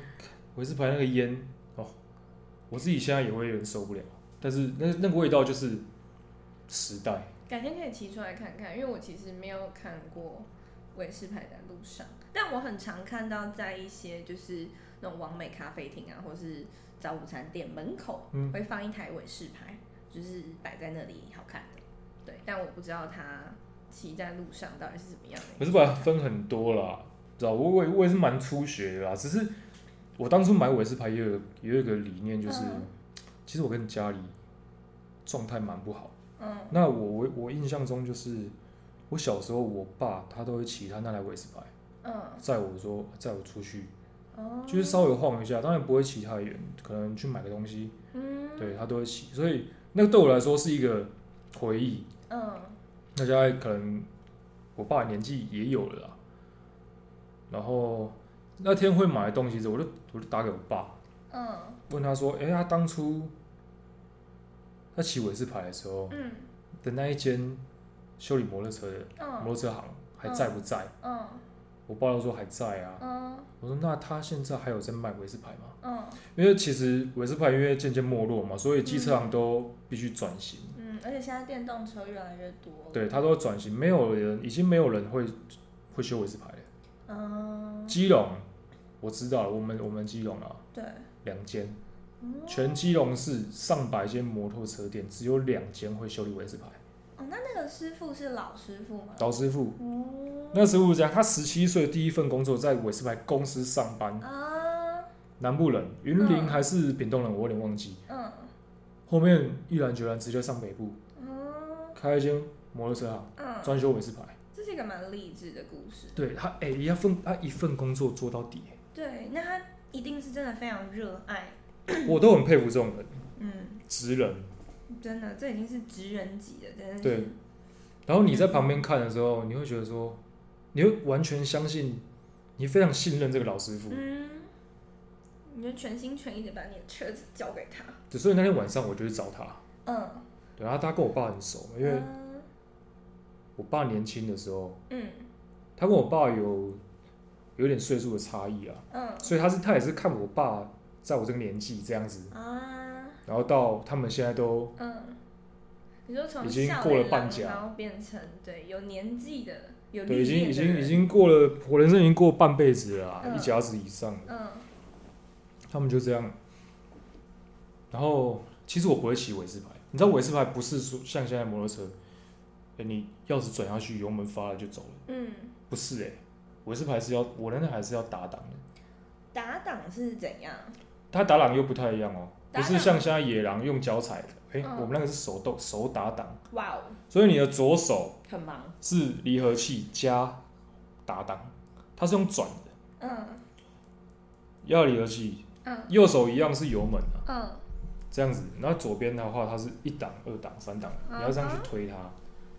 Speaker 1: 维斯牌那个烟哦，我自己现在也会有点受不了，但是那那个味道就是时代。
Speaker 2: 改天可以骑出来看看，因为我其实没有看过韦氏牌在路上，但我很常看到在一些就是那种完美咖啡厅啊，或是早午餐店门口、
Speaker 1: 嗯
Speaker 2: 会放一台韦氏牌，就是摆在那里好看的。对，但我不知道它骑在路上到底是怎么样
Speaker 1: 可
Speaker 2: 的。
Speaker 1: 是把它分很多啦，知道我我也我也是蛮初学的啦，只是我当初买韦斯牌也有也有一个理念，就是、
Speaker 2: 嗯
Speaker 1: 其实我跟家里状态蛮不好。
Speaker 2: 嗯
Speaker 1: 那我我我印象中就是我小时候我爸他都会骑他那台韦斯牌
Speaker 2: 嗯
Speaker 1: 载我说载我出去，
Speaker 2: 哦，
Speaker 1: 就是稍微晃一下，当然不会骑太远，可能去买个东西，
Speaker 2: 嗯
Speaker 1: 对他都会骑，所以那个对我来说是一个回忆。
Speaker 2: 嗯
Speaker 1: 那现在可能我爸年纪也有了啦，然后那天会买的东西，我就我就打给我爸，
Speaker 2: 嗯
Speaker 1: 问他说：“哎、他当初他骑韦斯牌的时候
Speaker 2: 嗯
Speaker 1: 的那一间修理摩托车的摩
Speaker 2: 嗯
Speaker 1: 托车行还在不在
Speaker 2: 嗯？”
Speaker 1: 我爸就说：“还在啊。
Speaker 2: 嗯”
Speaker 1: 我说：“那他现在还有在卖韦斯牌吗
Speaker 2: 嗯？”
Speaker 1: 因为其实韦斯牌因为渐渐没落嘛，所以机车行都必须转型，
Speaker 2: 嗯，而且现在电动车越来越多了。
Speaker 1: 对，他都转型，没有人已经没有人会会修韦斯牌了。
Speaker 2: 嗯，
Speaker 1: 基隆，我知道了，我们我们基隆啊，
Speaker 2: 对，哦
Speaker 1: 两间，
Speaker 2: 嗯。
Speaker 1: 全基隆市上百间摩托车店，只有两间会修理维斯牌。
Speaker 2: 哦，那那个师傅是老师傅吗？
Speaker 1: 老师傅，
Speaker 2: 哦，
Speaker 1: 那时候这样，他十七岁第一份工作在维斯牌公司上班，
Speaker 2: 啊，
Speaker 1: 南部人，云林
Speaker 2: 嗯
Speaker 1: 还是屏东人，我有点忘记。
Speaker 2: 嗯，
Speaker 1: 后面毅然决然直接上北部，
Speaker 2: 嗯，
Speaker 1: 开一间摩托车行，
Speaker 2: 嗯，
Speaker 1: 专修维斯牌。
Speaker 2: 这是一个蛮励志的故事。
Speaker 1: 对他，哎、一份他一份工作做到底，
Speaker 2: 对，那他一定是真的非常热爱，
Speaker 1: 我都很佩服这种人，
Speaker 2: 嗯，
Speaker 1: 直人。
Speaker 2: 真的，这已经是职人级的，真的是。
Speaker 1: 对，然后你在旁边看的时候，你会觉得说，你会完全相信你非常信任这个老师傅，
Speaker 2: 嗯，你就全心全意的把你的车子交给他。
Speaker 1: 对所以那天晚上我就去找他，
Speaker 2: 嗯，
Speaker 1: 对，然后他跟我爸很熟，因为我爸年轻的时候，
Speaker 2: 嗯
Speaker 1: 他跟我爸有有点岁数的差异啊，
Speaker 2: 嗯
Speaker 1: 所以他是他也是看我爸在我这个年纪这样子，
Speaker 2: 嗯啊
Speaker 1: 然后到他们现在都
Speaker 2: 嗯，你说从
Speaker 1: 已经
Speaker 2: 笑
Speaker 1: 过了
Speaker 2: 脸
Speaker 1: 半
Speaker 2: 郎
Speaker 1: 甲
Speaker 2: 然后变成对有年纪的有
Speaker 1: 对
Speaker 2: 历
Speaker 1: 已经
Speaker 2: 练
Speaker 1: 已
Speaker 2: 的
Speaker 1: 经已
Speaker 2: 人，
Speaker 1: 经过了我人生已经过半辈子了啊，
Speaker 2: 嗯
Speaker 1: 一甲子以上了，
Speaker 2: 嗯
Speaker 1: 他们就这样。然后其实我不会骑尾式牌，你知道尾式牌不是说像现在摩托车，哎你钥匙转下去油门发了就走了，
Speaker 2: 嗯，
Speaker 1: 不是哎、尾式牌是要我那天还是要打档的。
Speaker 2: 打档是怎样？
Speaker 1: 它打档又不太一样哦，
Speaker 2: 打
Speaker 1: 不
Speaker 2: 档
Speaker 1: 是像现在野狼用脚踩的，诶，
Speaker 2: 嗯
Speaker 1: 我们那个是手动手打档，
Speaker 2: 哇哦，
Speaker 1: 所以你的左手
Speaker 2: 很忙。
Speaker 1: 是离合器加打档，它是用转的，
Speaker 2: 嗯
Speaker 1: 要离合器，
Speaker 2: 嗯
Speaker 1: 右手一样是油门啊，
Speaker 2: 嗯
Speaker 1: 这样子。那左边的话，它是一档、二档、三档，
Speaker 2: 嗯哼
Speaker 1: 你要这样去推它，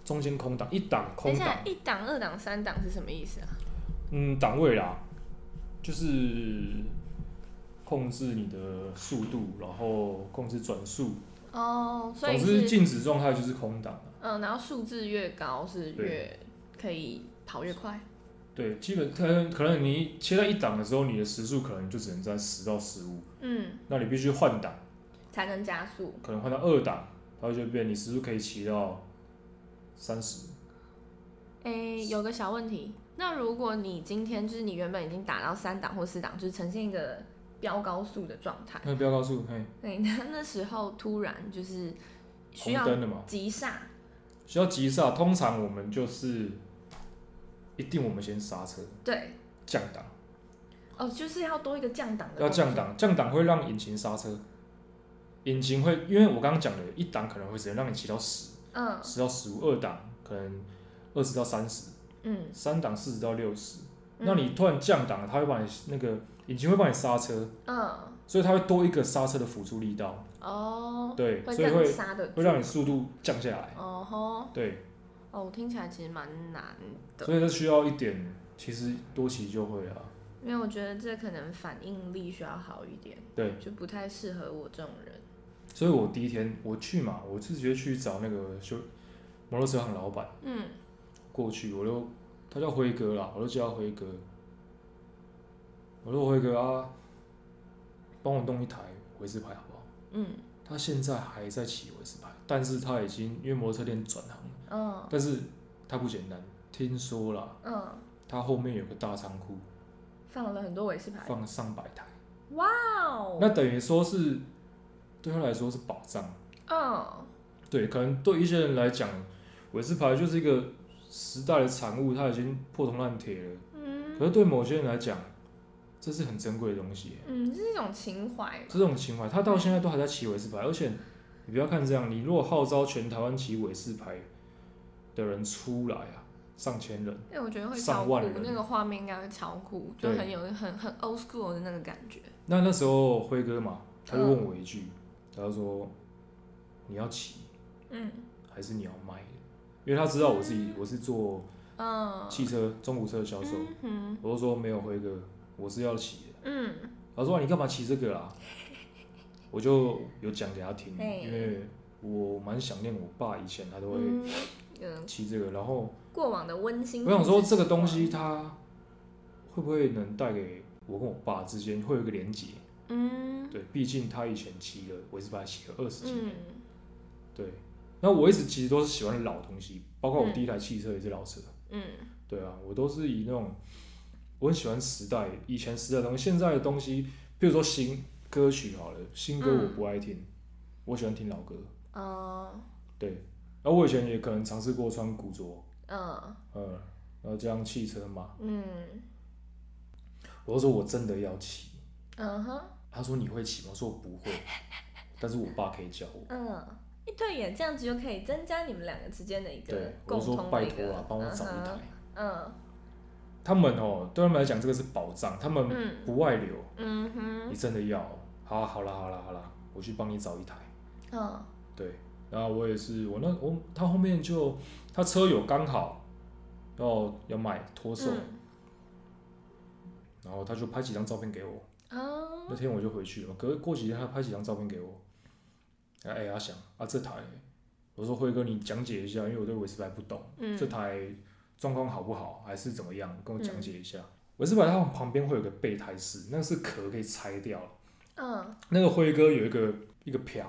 Speaker 1: 中间空档，一档
Speaker 2: 等
Speaker 1: 空
Speaker 2: 一下
Speaker 1: 档，，
Speaker 2: 一档、二档、三档是什么意思啊？
Speaker 1: 嗯，档位啦，就是控制你的速度，然后控制转速，
Speaker 2: 哦，所
Speaker 1: 总
Speaker 2: 以
Speaker 1: 之
Speaker 2: 是
Speaker 1: 静止状态就是空档啊。
Speaker 2: 嗯，然后数字越高是
Speaker 1: 对
Speaker 2: 越可以跑越快。
Speaker 1: 对，基本可能可能你切到一档的时候，你的时速可能就只能在十到十五，
Speaker 2: 嗯，
Speaker 1: 那你必须换档，
Speaker 2: 才能加速。
Speaker 1: 可能换到二档，它就变你时速可以骑到三十。
Speaker 2: 诶、有个小问题，那如果你今天就是你原本已经打到三档或四档，就是呈现一个飙高速的状态，
Speaker 1: 那不要告诉，嘿，
Speaker 2: 对，那那时候突然就是需
Speaker 1: 红
Speaker 2: 要
Speaker 1: 灯了嘛，
Speaker 2: 急刹，
Speaker 1: 需要急刹。通常我们就是一定我们先刹车
Speaker 2: 对，
Speaker 1: 降档，
Speaker 2: 哦，就是要多一个降档的，
Speaker 1: 要降，档，降档会让引擎刹车，引擎会因为我刚刚讲的一档可能会只能让你骑到十，
Speaker 2: 嗯
Speaker 1: 十到十五，二档可能二十到三十，
Speaker 2: 嗯，
Speaker 1: 三档四十到六十。
Speaker 2: 嗯
Speaker 1: 那你突然降档，它会把你那个引擎会帮你刹车，
Speaker 2: 嗯
Speaker 1: 所以它会多一个刹车的辅助力道，
Speaker 2: 哦，
Speaker 1: 对，
Speaker 2: 会
Speaker 1: 所以
Speaker 2: 更
Speaker 1: 会
Speaker 2: 刹的，
Speaker 1: 会让你速度降下来，
Speaker 2: 哦吼，
Speaker 1: 对，
Speaker 2: 哦，听起来其实蛮难的，
Speaker 1: 所以它需要一点，其实多骑就会啊，
Speaker 2: 因为我觉得这可能反应力需要好一点，
Speaker 1: 对，
Speaker 2: 就不太适合我这种人，
Speaker 1: 所以我第一天我去嘛，我是直接去找那个修摩托车行老板
Speaker 2: 嗯
Speaker 1: 过去，我就他叫辉哥啦，我就叫他辉哥，我说辉哥啊，帮我弄一台维斯牌好不好？
Speaker 2: 嗯
Speaker 1: 他现在还在骑维斯牌，但是他已经因为摩托车店转行了。
Speaker 2: 嗯
Speaker 1: 但是它不简单，听说啦，
Speaker 2: 嗯，
Speaker 1: 它后面有个大仓库，
Speaker 2: 放了很多尾饰牌，
Speaker 1: 放了上百台，
Speaker 2: 哇哦，
Speaker 1: 那等于说是对他来说是宝藏。
Speaker 2: 嗯
Speaker 1: 对，可能对一些人来讲，韦斯牌就是一个时代的产物，它已经破铜烂铁了。
Speaker 2: 嗯
Speaker 1: 可是对某些人来讲，这是很珍贵的东西，
Speaker 2: 嗯，是一种情怀吧，
Speaker 1: 这种情怀，他到现在都还在骑韦斯牌，而且你不要看这样，你如果号召全台湾骑韦斯牌的人出来啊，上千人。
Speaker 2: 因为我觉得会超
Speaker 1: 上
Speaker 2: 酷
Speaker 1: 万，人
Speaker 2: 那个画面应该会超酷，就
Speaker 1: 对
Speaker 2: 很有很很 old school 的那个感觉。
Speaker 1: 那那时候辉哥嘛，他
Speaker 2: 嗯
Speaker 1: 就问我一句，他就说你要骑
Speaker 2: 嗯
Speaker 1: 还是你要卖？因为他知道我自己我是做
Speaker 2: 嗯
Speaker 1: 汽车中古车的销售，
Speaker 2: 嗯哼
Speaker 1: 我就说没有辉哥，我是要骑的。
Speaker 2: 嗯
Speaker 1: 他说、啊你干嘛骑这个啊？我就有讲给他听，
Speaker 2: 嘿
Speaker 1: 因为我蛮想念我爸，以前他都会
Speaker 2: 嗯嗯，
Speaker 1: 骑这个。然后
Speaker 2: 过往的温馨。
Speaker 1: 我想说这个东西，它会不会能带给我跟我爸之间会有一个连结？
Speaker 2: 嗯
Speaker 1: 对，毕竟他以前骑了，我也是把他骑了二十几年。
Speaker 2: 嗯
Speaker 1: 对，那我一直其实都是喜欢老东西，包括我
Speaker 2: 嗯
Speaker 1: 第一台汽车也是老车。
Speaker 2: 嗯
Speaker 1: 对啊，我都是以那种我很喜欢时代以前时代的东西，现在的东西，比如说新歌曲好了，新歌我不爱听，我喜欢听老歌。
Speaker 2: 嗯
Speaker 1: 对，然后我以前也可能尝试过穿古着，
Speaker 2: 嗯
Speaker 1: 嗯，然后这样汽车嘛，
Speaker 2: 嗯
Speaker 1: 我就说我真的要骑，
Speaker 2: 嗯哼
Speaker 1: 他说你会骑吗？我说我 不会，但是我爸可以教我。
Speaker 2: 嗯。一对眼这样子就可以增加你们两个之间的一个
Speaker 1: 对，我
Speaker 2: 共
Speaker 1: 就说
Speaker 2: 同的
Speaker 1: 拜
Speaker 2: 一
Speaker 1: 托
Speaker 2: 个，
Speaker 1: 啊，帮我找一台。
Speaker 2: 嗯
Speaker 1: 他们哦，对他们来讲这个是宝藏，他们
Speaker 2: 嗯
Speaker 1: 不外流。
Speaker 2: 嗯
Speaker 1: 你
Speaker 2: 哼
Speaker 1: 真的要哦？好啊，好啦，好啦，好啦，我去帮你找一台。
Speaker 2: 嗯
Speaker 1: 对，然后我也是，我那我他后面就哦他车友刚好要要卖脱售，
Speaker 2: 嗯
Speaker 1: 然后他就拍几张照片给我，
Speaker 2: 哦，
Speaker 1: 那天我就回去了嘛。可是过几天他拍几张照片给我，哎、哎，阿翔啊这台，我说辉哥你讲解一下，因为我对韦斯牌不懂，
Speaker 2: 嗯
Speaker 1: 这台状况好不好还是怎么样，跟我讲解一下。韦斯牌它旁边会有个备胎室，那是壳可以拆掉了。
Speaker 2: 嗯，
Speaker 1: 那个辉哥有一个一个瓢，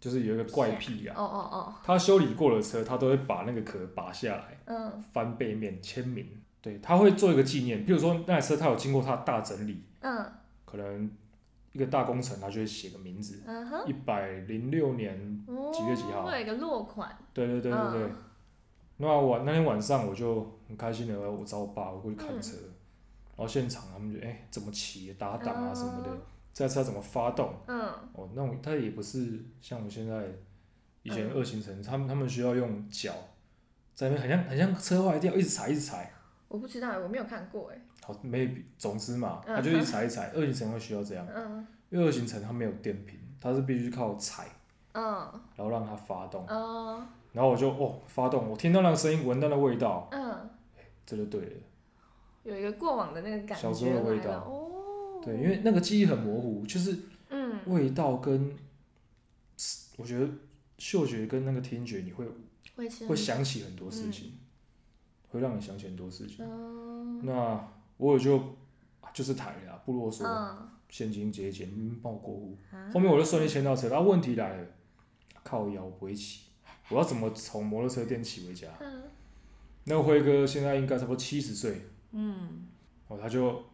Speaker 1: 就是有一个怪癖
Speaker 2: 哦
Speaker 1: 啊，
Speaker 2: 哦哦，
Speaker 1: 他修理过的车，他都会把那个壳拔下来。
Speaker 2: 嗯
Speaker 1: 翻背面签名，对他会做一个纪念。譬如说那台车，他有经过他的大整理，
Speaker 2: 嗯
Speaker 1: 可能一个大工程，他就会写个名字，
Speaker 2: 嗯哼，
Speaker 1: 一百零六年，
Speaker 2: 哦
Speaker 1: 几月几号
Speaker 2: 会有一个落款，
Speaker 1: 对对对对对。
Speaker 2: 嗯
Speaker 1: 那晚那天晚上我就很开心的，我找我爸，我过去看车，
Speaker 2: 嗯
Speaker 1: 然后现场他们就哎、怎么骑打档啊什么的，这台车怎么发动
Speaker 2: 嗯
Speaker 1: 哦，那种它也不是像我们现在以前
Speaker 2: 嗯
Speaker 1: 二行程，他们他们需要用脚在那边，很像很像车坏掉，一直踩一直踩。
Speaker 2: 我不知道，我没有看过哎，
Speaker 1: 好，maybe，总之嘛，
Speaker 2: 嗯
Speaker 1: 它就一踩一踩，二行程会需要这样，
Speaker 2: 嗯
Speaker 1: 因为二行程它没有电瓶，它是必须靠踩，
Speaker 2: 嗯
Speaker 1: 然后让它发动，
Speaker 2: 嗯
Speaker 1: 然后我就哦发动，我听到那个声音，闻到那味道，
Speaker 2: 嗯，
Speaker 1: 这就对了，
Speaker 2: 有一个过往的那个感
Speaker 1: 小时
Speaker 2: 觉
Speaker 1: 候的
Speaker 2: 来
Speaker 1: 味
Speaker 2: 了
Speaker 1: 道
Speaker 2: 哦，
Speaker 1: 对，因为那个记忆很模糊，就是
Speaker 2: 嗯
Speaker 1: 味道跟，我觉得嗅觉跟那个听觉，你会
Speaker 2: 会吃
Speaker 1: 会
Speaker 2: 很
Speaker 1: 想起很多事情，会让你想起很多事情。
Speaker 2: 嗯
Speaker 1: 那我也就就是抬了啊，不啰嗦，
Speaker 2: 嗯
Speaker 1: 现金结一结，嗯帮我过户。
Speaker 2: 啊
Speaker 1: 后面我就顺利签到车，然后问题来了，靠腰我不会骑，我要怎么从摩托车店骑回家？
Speaker 2: 嗯
Speaker 1: 那个辉哥现在应该差不多七十岁，
Speaker 2: 嗯，
Speaker 1: 哦，他就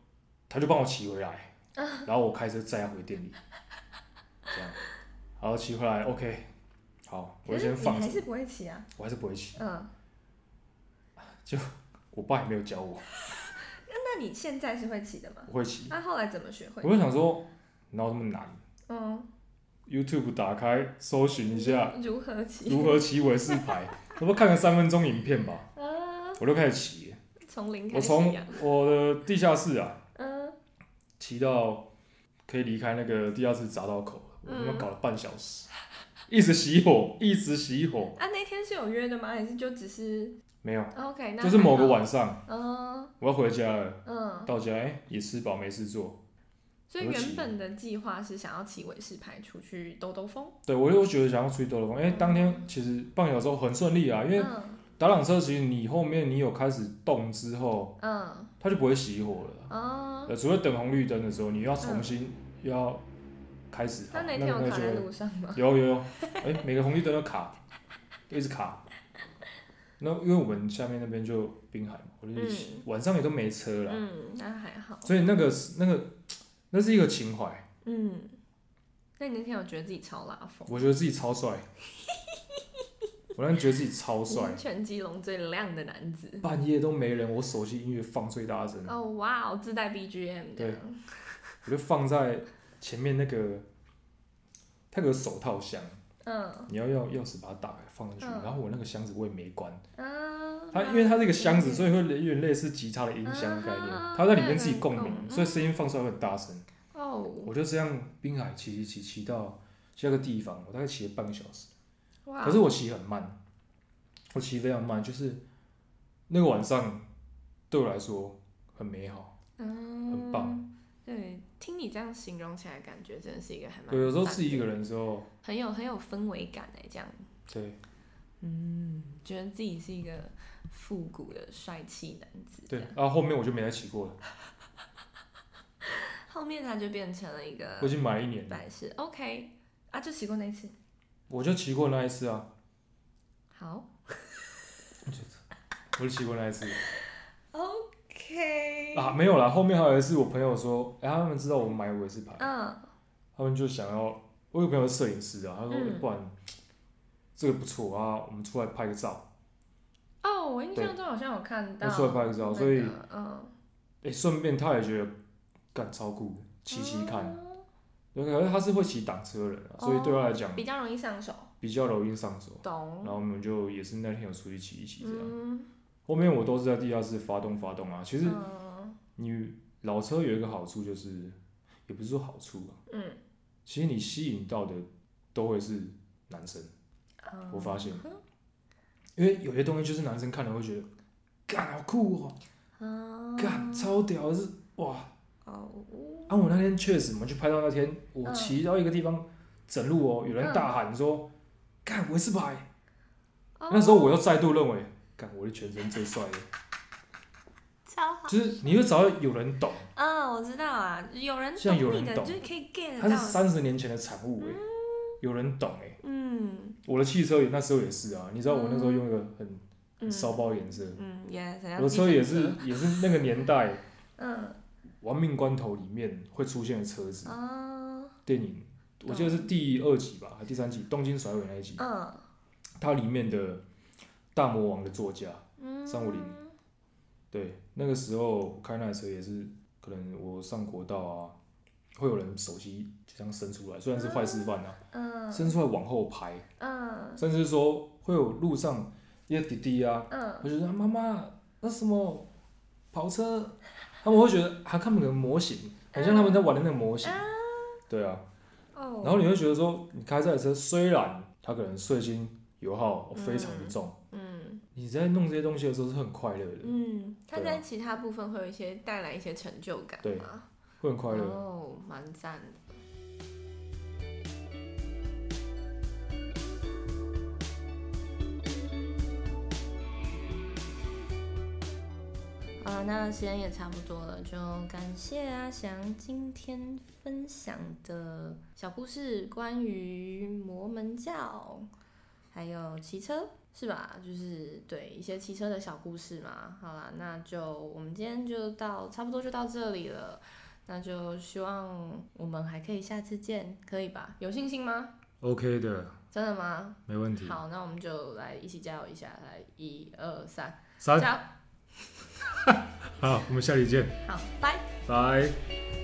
Speaker 1: 他就帮我骑回来， 然后我开车载他回店里，这样，然后骑回来，OK，好，我就
Speaker 2: 可
Speaker 1: 是先放
Speaker 2: 你还
Speaker 1: 着，
Speaker 2: 是不会骑啊，
Speaker 1: 我还是不会骑，
Speaker 2: 嗯，
Speaker 1: 我爸也没有教我，
Speaker 2: 那你现在是会骑的吗？
Speaker 1: 我会骑，
Speaker 2: 那后来怎么学会
Speaker 1: 我？就想说，哪有那么难
Speaker 2: 嗯，
Speaker 1: ？YouTube 打开搜寻一下
Speaker 2: 如何骑？
Speaker 1: 如何骑维斯牌， 我不看个三分钟影片吧，
Speaker 2: 啊，
Speaker 1: 我就开始骑。
Speaker 2: 从零
Speaker 1: 我
Speaker 2: 开始啊
Speaker 1: 从
Speaker 2: 呀，
Speaker 1: 我的地下室啊，
Speaker 2: 嗯
Speaker 1: 骑到可以离开那个地下室匝道口，我他妈
Speaker 2: 嗯
Speaker 1: 搞了半小时，一直熄火，一直熄火，
Speaker 2: 啊，那天是有约的吗？还是就只是啊
Speaker 1: 没有，
Speaker 2: OK？那
Speaker 1: 就是某个，晚上
Speaker 2: 嗯
Speaker 1: 我要回家了，
Speaker 2: 嗯，
Speaker 1: 到家哎、也吃饱没事做，
Speaker 2: 所以
Speaker 1: 我就骑
Speaker 2: 原本的计划是想要骑尾士牌出去兜兜风，
Speaker 1: 对我就觉得想要出去兜兜风，哎、当天其实半小时后很顺利啊，因为
Speaker 2: 嗯
Speaker 1: 打挡车其实你后面你有开始动之后，
Speaker 2: 嗯
Speaker 1: 它就不会熄火了，
Speaker 2: 哦，
Speaker 1: 呃，除非等红绿灯的时候你要重新、要开始，
Speaker 2: 他
Speaker 1: 好
Speaker 2: 嗯那
Speaker 1: 那
Speaker 2: 天有
Speaker 1: 那
Speaker 2: 卡
Speaker 1: 就
Speaker 2: 在
Speaker 1: 会
Speaker 2: 路上吗？
Speaker 1: 有有有，哎、每个红绿灯都卡，一直卡。那因为我们下面那边就滨海嘛，我就一起、
Speaker 2: 嗯
Speaker 1: 晚上也都没车啦，
Speaker 2: 嗯，那还好，
Speaker 1: 所以那个是那个那是一个情怀，
Speaker 2: 嗯。那你那天有觉得自己超拉风？
Speaker 1: 我觉得自己超帅，我那天觉得自己超帅
Speaker 2: 你是，全基隆最亮的男子。
Speaker 1: 半夜都没人，我手机音乐放最大声，
Speaker 2: 哦哇哦，自带 BGM
Speaker 1: 嗯对
Speaker 2: 的，
Speaker 1: 我就放在前面那个，它有个手套箱，
Speaker 2: 嗯
Speaker 1: 你要要钥匙把它打开放进去，
Speaker 2: 嗯
Speaker 1: 然后我那个箱子我也没关，
Speaker 2: 啊，
Speaker 1: 它因为它这个箱子，
Speaker 2: 嗯
Speaker 1: 所以会有点类似吉他的音箱概念
Speaker 2: 啊，
Speaker 1: 它在里面自己共
Speaker 2: 那
Speaker 1: 鸣，
Speaker 2: 个
Speaker 1: 所以声音放出来会很大声。
Speaker 2: 哦
Speaker 1: 我就这样滨海骑骑骑骑到下个地方，我大概骑了半个小时，
Speaker 2: 哇，
Speaker 1: 可是我骑很慢，我骑非常慢，就是那个晚上对我来说很美好。
Speaker 2: 嗯，
Speaker 1: 很棒。
Speaker 2: 对，听你这样形容起来，感觉真的是一个还蛮
Speaker 1: 对，有时候
Speaker 2: 赞
Speaker 1: 自己一
Speaker 2: 的
Speaker 1: 个人的时候，
Speaker 2: 很有很有氛围感哎，这样，
Speaker 1: 对
Speaker 2: 嗯，觉得自己是一个复古的帅气男子。
Speaker 1: 对，，啊然后后面我就没再骑过了，
Speaker 2: 后面他就变成了一个
Speaker 1: 我已经买了一年了，
Speaker 2: 摆饰。OK，啊，就骑过那一次，
Speaker 1: 我就骑过那一次啊，
Speaker 2: 好
Speaker 1: 我就骑过那一次。
Speaker 2: ，OK，
Speaker 1: 啊，没有啦，后面还有一次，我朋友说，哎、他们知道我买韦斯牌，
Speaker 2: 嗯
Speaker 1: 他们就想要，我有朋友是摄影师啊，他说，
Speaker 2: 嗯
Speaker 1: 哎不然这个不错啊，我们出来拍个照，
Speaker 2: 哦，我印象中好像有看到
Speaker 1: 我出来拍个
Speaker 2: 那
Speaker 1: 照，
Speaker 2: 个，
Speaker 1: 哦所以，
Speaker 2: 嗯，
Speaker 1: 哎、顺便他也觉得干超酷，骑骑看，
Speaker 2: 哦
Speaker 1: 对，可是他是会骑挡车的人、啊，所以对他来讲
Speaker 2: 比较容易上手，
Speaker 1: 比较容易上手，然
Speaker 2: 懂，
Speaker 1: 后我们就也是那天有出去骑一骑这样，
Speaker 2: 嗯，
Speaker 1: 后面我都是在地下室发动发动啊，其实
Speaker 2: 嗯
Speaker 1: 你老车有一个好处就是，也不是说好处啊。
Speaker 2: 嗯，
Speaker 1: 其实你吸引到的都会是男生，
Speaker 2: 嗯
Speaker 1: 我发现，因为有些东西就是男生看了会觉得，干好酷哦、
Speaker 2: 嗯
Speaker 1: 干超屌，是哇，
Speaker 2: 好无
Speaker 1: 啊，我那天确实，我们去拍照那天，我
Speaker 2: 嗯
Speaker 1: 骑到一个地方整路哦，有人大喊说：“干维斯牌！”
Speaker 2: 哦
Speaker 1: 那时候我又再度认为，干我是全身最帅的，
Speaker 2: 超好，
Speaker 1: 就是你会找到有人懂，
Speaker 2: 嗯，我知道啊，有人
Speaker 1: 像有
Speaker 2: 懂
Speaker 1: 人
Speaker 2: 你的，
Speaker 1: 懂
Speaker 2: 就是可以 get
Speaker 1: 它
Speaker 2: 得
Speaker 1: 是
Speaker 2: 到，
Speaker 1: 三十年前的产物哎、有人懂哎、
Speaker 2: 嗯
Speaker 1: 我的汽车也那时候也是啊，你知道我那时候用一个很很
Speaker 2: 嗯，
Speaker 1: 骚包颜色，
Speaker 2: 嗯，也怎样？
Speaker 1: 我的车也是，也是那个年代
Speaker 2: 嗯
Speaker 1: 亡命关头里面会出现的车子，
Speaker 2: 啊，
Speaker 1: 电影我记得是第二集吧，还是第三集《东京甩尾》那一集，
Speaker 2: 嗯
Speaker 1: 它里面的大魔王的座驾，
Speaker 2: 嗯，
Speaker 1: 三五零对，那个时候开那台车也是，可能我上国道啊，会有人手机就这样伸出来，虽然是坏示范啊，
Speaker 2: 嗯
Speaker 1: 伸出来往后排，
Speaker 2: 嗯
Speaker 1: 甚至说会有路上一些弟弟啊，
Speaker 2: 嗯
Speaker 1: 我就说妈妈，那什么跑车，他们会觉得啊还看不懂模型，很像他们在玩的那个模型，对啊，
Speaker 2: 哦，
Speaker 1: 然后你会觉得说，你开这台车虽然它可能税金油耗非常的重，
Speaker 2: 嗯
Speaker 1: 你在弄这些东西的时候是很快乐的，
Speaker 2: 嗯，他
Speaker 1: 对啊
Speaker 2: 在其他部分会有一些带来一些成就感
Speaker 1: 对
Speaker 2: 嘛，
Speaker 1: 会很快乐。
Speaker 2: 哦，蛮赞的。好了，那时间也差不多了，就感谢阿翔今天分享的小故事，关于摩门教，还有骑车，是吧？就是对一些骑车的小故事嘛。好啦，那就我们今天就到差不多就到这里了，那就希望我们还可以下次见，可以吧？有信心吗？
Speaker 1: OK 的，
Speaker 2: 真的吗？
Speaker 1: 没问题。
Speaker 2: 好，那我们就来一起加油一下，来一二三，
Speaker 1: 三，
Speaker 2: 加油！
Speaker 1: 好，我们下期见，
Speaker 2: 好，拜。
Speaker 1: 拜。
Speaker 2: 拜。